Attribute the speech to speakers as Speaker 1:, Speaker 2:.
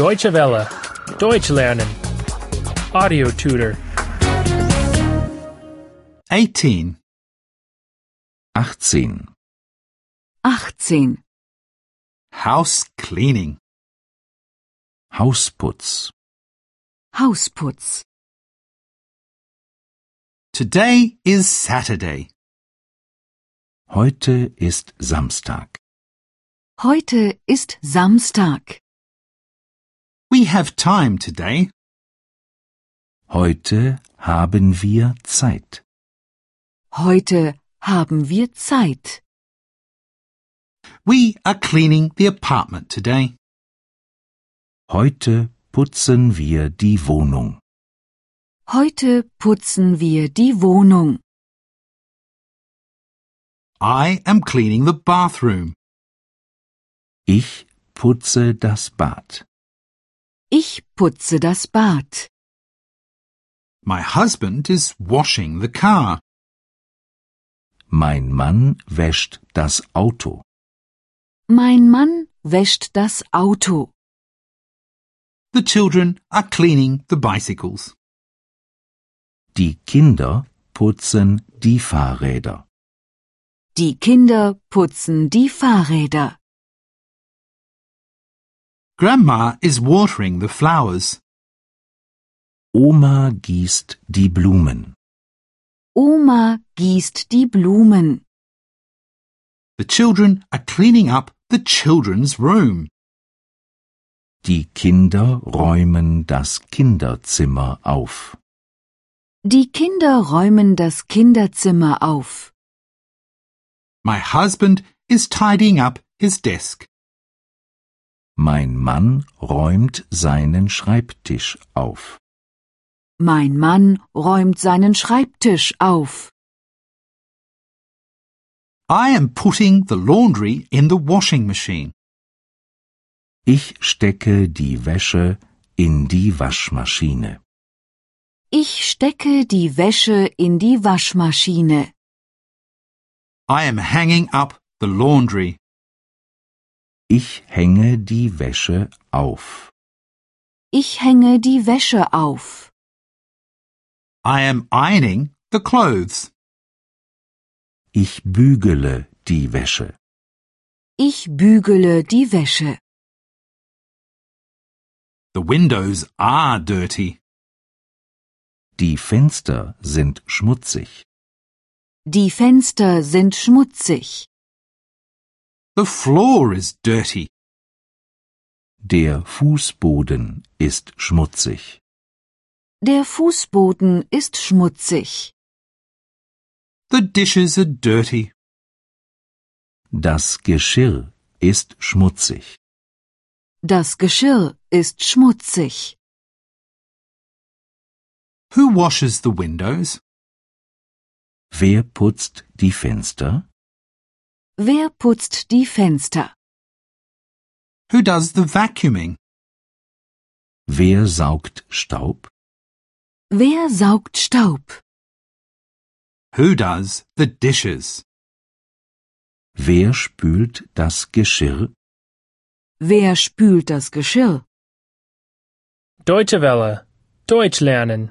Speaker 1: Deutsche Welle. Deutsch lernen. Audio tutor.
Speaker 2: 18.
Speaker 3: 18.
Speaker 4: 18.
Speaker 2: House cleaning.
Speaker 3: Hausputz.
Speaker 4: Hausputz.
Speaker 2: Today is Saturday.
Speaker 3: Heute ist Samstag.
Speaker 4: Heute ist Samstag.
Speaker 2: We have time today.
Speaker 3: Heute haben wir Zeit.
Speaker 4: Heute haben wir Zeit.
Speaker 2: We are cleaning the apartment today.
Speaker 3: Heute putzen wir die Wohnung.
Speaker 4: Heute putzen wir die Wohnung.
Speaker 2: I am cleaning the bathroom.
Speaker 3: Ich putze das Bad.
Speaker 4: Ich putze das Bad.
Speaker 2: My husband is washing the car.
Speaker 3: Mein Mann wäscht das Auto.
Speaker 4: Mein Mann wäscht das Auto.
Speaker 2: The children are cleaning the bicycles.
Speaker 3: Die Kinder putzen die Fahrräder.
Speaker 4: Die Kinder putzen die Fahrräder.
Speaker 2: Grandma is watering the flowers.
Speaker 3: Oma gießt die Blumen.
Speaker 4: Oma gießt die Blumen.
Speaker 2: The children are cleaning up the children's room.
Speaker 3: Die Kinder räumen das Kinderzimmer auf.
Speaker 4: Die Kinder räumen das Kinderzimmer auf.
Speaker 2: My husband is tidying up his desk.
Speaker 3: Mein Mann räumt seinen Schreibtisch auf.
Speaker 4: Mein Mann räumt seinen Schreibtisch auf.
Speaker 2: I am putting the laundry in the washing machine.
Speaker 3: Ich stecke die Wäsche in die Waschmaschine.
Speaker 4: Ich stecke die Wäsche in die Waschmaschine.
Speaker 2: I am hanging up the laundry.
Speaker 3: Ich hänge die Wäsche auf.
Speaker 4: Ich hänge die Wäsche auf.
Speaker 2: I am ironing the clothes.
Speaker 3: Ich bügele die Wäsche.
Speaker 4: Ich bügele die Wäsche.
Speaker 2: The windows are dirty.
Speaker 3: Die Fenster sind schmutzig.
Speaker 4: Die Fenster sind schmutzig.
Speaker 2: The floor is dirty.
Speaker 3: Der Fußboden ist schmutzig.
Speaker 4: Der Fußboden ist schmutzig.
Speaker 2: The dishes are dirty.
Speaker 3: Das Geschirr ist schmutzig.
Speaker 4: Das Geschirr ist schmutzig.
Speaker 2: Who washes the windows?
Speaker 3: Wer putzt die Fenster?
Speaker 4: Wer putzt die Fenster?
Speaker 2: Who does the vacuuming?
Speaker 3: Wer saugt Staub?
Speaker 4: Wer saugt Staub?
Speaker 2: Who does the dishes?
Speaker 3: Wer spült das Geschirr?
Speaker 4: Wer spült das Geschirr?
Speaker 1: Deutsche Welle. Deutsch lernen.